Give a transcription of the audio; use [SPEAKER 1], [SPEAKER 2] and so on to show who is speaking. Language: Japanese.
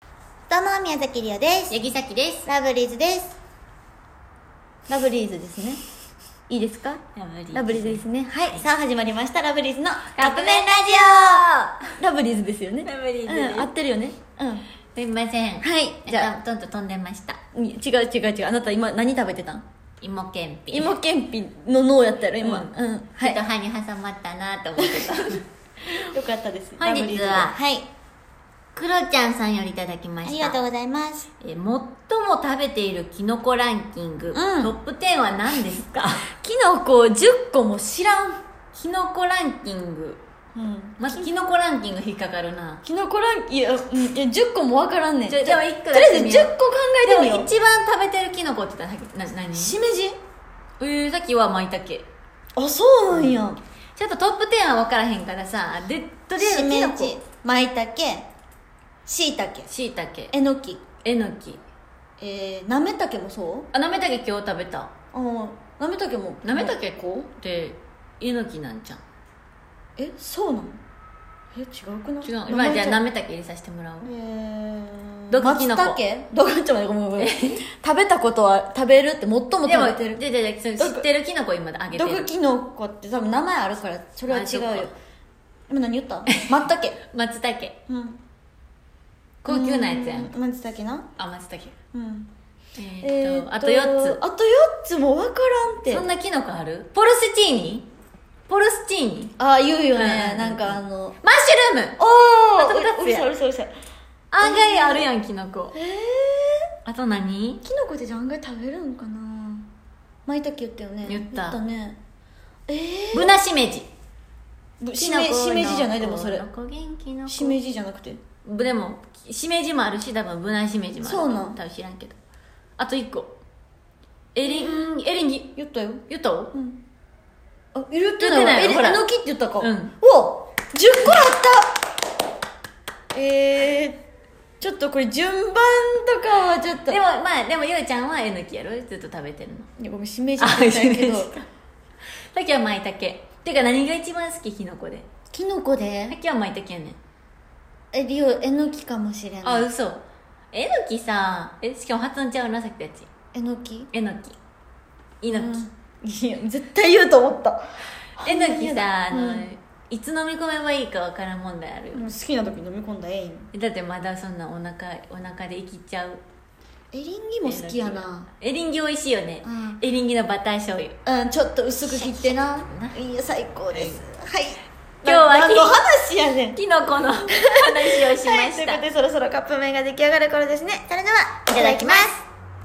[SPEAKER 1] どうも、宮崎りおです。
[SPEAKER 2] 八木咲です
[SPEAKER 1] ラブリーズです。ラブリーズですね。いいですか
[SPEAKER 2] ラブリー
[SPEAKER 1] ラブリーズですね。はい。さあ、始まりました。ラブリーズの
[SPEAKER 2] カップ麺ラ
[SPEAKER 1] オ
[SPEAKER 2] ジ
[SPEAKER 1] ラブリーズですよね。
[SPEAKER 2] ラブリーズです
[SPEAKER 1] うん、合ってるよね。うん。
[SPEAKER 2] すみません
[SPEAKER 1] はい
[SPEAKER 2] えっと
[SPEAKER 1] じゃ
[SPEAKER 2] どんどん飛んでました
[SPEAKER 1] 違う違う違う。あなた今何食べてたん
[SPEAKER 2] 芋けんぴ
[SPEAKER 1] 芋けんぴの脳やったやろ、今。
[SPEAKER 2] うん
[SPEAKER 1] うん。は
[SPEAKER 2] ちょっ
[SPEAKER 1] い。
[SPEAKER 2] と歯に挟まったなと思ってた
[SPEAKER 1] よかったです
[SPEAKER 2] 本
[SPEAKER 1] ラブ
[SPEAKER 2] 日は
[SPEAKER 1] リーズではい。
[SPEAKER 2] クロちゃんさんよりいただきま
[SPEAKER 1] あ
[SPEAKER 2] した
[SPEAKER 1] りがとうございます。
[SPEAKER 2] え最も食べているキノコランキング、
[SPEAKER 1] ん
[SPEAKER 2] トップ10は何ですか
[SPEAKER 1] キノコ10個も知らん。
[SPEAKER 2] キノコランキング
[SPEAKER 1] うん。
[SPEAKER 2] まずキノコランキング引っかかるな
[SPEAKER 1] キノコランキング、いや、うんいや10個もわからんねん。
[SPEAKER 2] ちょ
[SPEAKER 1] じゃあ
[SPEAKER 2] でも一個
[SPEAKER 1] とりあえ
[SPEAKER 2] 出してみ
[SPEAKER 1] ず
[SPEAKER 2] よ
[SPEAKER 1] 10
[SPEAKER 2] う
[SPEAKER 1] 個考えてみ
[SPEAKER 2] で
[SPEAKER 1] よ
[SPEAKER 2] も
[SPEAKER 1] う。
[SPEAKER 2] 一番食べてるキノコって言ったらな何
[SPEAKER 1] しめじ
[SPEAKER 2] えー、さっきは舞茸ち
[SPEAKER 1] あ、そうなんや。
[SPEAKER 2] ょっとトップ10は分からへんからさでとりあえ
[SPEAKER 1] し
[SPEAKER 2] ずキ
[SPEAKER 1] め
[SPEAKER 2] ノコ
[SPEAKER 1] じ、まいたけ、しいたけ、
[SPEAKER 2] しいたけ
[SPEAKER 1] えのき、
[SPEAKER 2] えのき
[SPEAKER 1] えー、なめたけもそ
[SPEAKER 2] あなめたけ今日食べた
[SPEAKER 1] ううん。なめたけも。
[SPEAKER 2] なめたけこうってえのきなんじゃん
[SPEAKER 1] え、そうなのえ、違うくない
[SPEAKER 2] 違うまあじゃあな
[SPEAKER 1] なめ
[SPEAKER 2] めたけ入れさせてもらおう
[SPEAKER 1] えー、
[SPEAKER 2] 毒キノコ
[SPEAKER 1] 松茸どちょっと待ってごめんごめん。食べたことは食べるって最も食
[SPEAKER 2] でも
[SPEAKER 1] べてる。
[SPEAKER 2] じゃあじゃあじゃあその知ってるキノコ今あげて
[SPEAKER 1] 毒
[SPEAKER 2] る
[SPEAKER 1] キノコって多分名前あるから、それは違う
[SPEAKER 2] あそっ
[SPEAKER 1] よ
[SPEAKER 2] か。
[SPEAKER 1] 今何言っ たまったけ。
[SPEAKER 2] 松茸
[SPEAKER 1] うん。
[SPEAKER 2] 高級なやつやん
[SPEAKER 1] うん。まつたけな。
[SPEAKER 2] あ松茸
[SPEAKER 1] うん。
[SPEAKER 2] えーっと
[SPEAKER 1] ー
[SPEAKER 2] あと4
[SPEAKER 1] あと4つも分からんって
[SPEAKER 2] つそんなキノコあるポルスチーニポルスチーニ
[SPEAKER 1] ああ言うよね、
[SPEAKER 2] うん
[SPEAKER 1] なんかあの
[SPEAKER 2] マッシュルーム
[SPEAKER 1] お
[SPEAKER 2] あと二つ
[SPEAKER 1] おうるさいうるさいうるさい
[SPEAKER 2] 案外あるやんキノコ
[SPEAKER 1] ええ
[SPEAKER 2] あと何
[SPEAKER 1] ー、キノコってじゃあ案外食べるんかなまいたけ言ったよね
[SPEAKER 2] 言った
[SPEAKER 1] ねええ
[SPEAKER 2] ブナシメジ
[SPEAKER 1] ぶしめしめじじゃないでもそれ
[SPEAKER 2] キノコ元気の子
[SPEAKER 1] しめじじゃなくて
[SPEAKER 2] でもしめじもあるし多分ぶなしめじもある
[SPEAKER 1] そうなん
[SPEAKER 2] 多分知らんけどあと一個エリンエリンギ
[SPEAKER 1] 言ったよ
[SPEAKER 2] 言ったわ
[SPEAKER 1] うんあ言って
[SPEAKER 2] 言ってない
[SPEAKER 1] え
[SPEAKER 2] ほら
[SPEAKER 1] えのきって言ったか
[SPEAKER 2] うん
[SPEAKER 1] お十10個あったえーちょっとこれ順番とかはちょっと
[SPEAKER 2] でもまあでもゆうちゃんはえのきやろずっと食べてるの
[SPEAKER 1] いやごめんしめじだったんやけ
[SPEAKER 2] あし
[SPEAKER 1] ど
[SPEAKER 2] めじさっきはまいたけてか何が一番好きキノコで
[SPEAKER 1] キノコ
[SPEAKER 2] さ
[SPEAKER 1] で
[SPEAKER 2] っきはまいたけやねん
[SPEAKER 1] えリオえのきかもしれ
[SPEAKER 2] あ
[SPEAKER 1] ない
[SPEAKER 2] 嘘えのきさえしかも発音ちゃうなさっきのやつ
[SPEAKER 1] えのき
[SPEAKER 2] えのきいのき、
[SPEAKER 1] いや絶対言うと思った
[SPEAKER 2] えのきさあの、
[SPEAKER 1] うん
[SPEAKER 2] いつ飲み込めばいいかわからん問題あるよ、
[SPEAKER 1] 好きな時に飲み込んだらええん
[SPEAKER 2] だってまだそんなお腹お腹で生きちゃう
[SPEAKER 1] エリンギも好きやな
[SPEAKER 2] エリンギ美味しいよね、
[SPEAKER 1] うん
[SPEAKER 2] エリンギのバター醤油
[SPEAKER 1] うんちょっと薄く切ってな
[SPEAKER 2] シャキ
[SPEAKER 1] いや最高ですはい
[SPEAKER 2] 今日は
[SPEAKER 1] 何の話やねん
[SPEAKER 2] キノコの話をしま
[SPEAKER 1] はいとい
[SPEAKER 2] し
[SPEAKER 1] うこ
[SPEAKER 2] た
[SPEAKER 1] とでそろそろカップ麺が出来上がる頃ですねそれではい
[SPEAKER 2] ただきます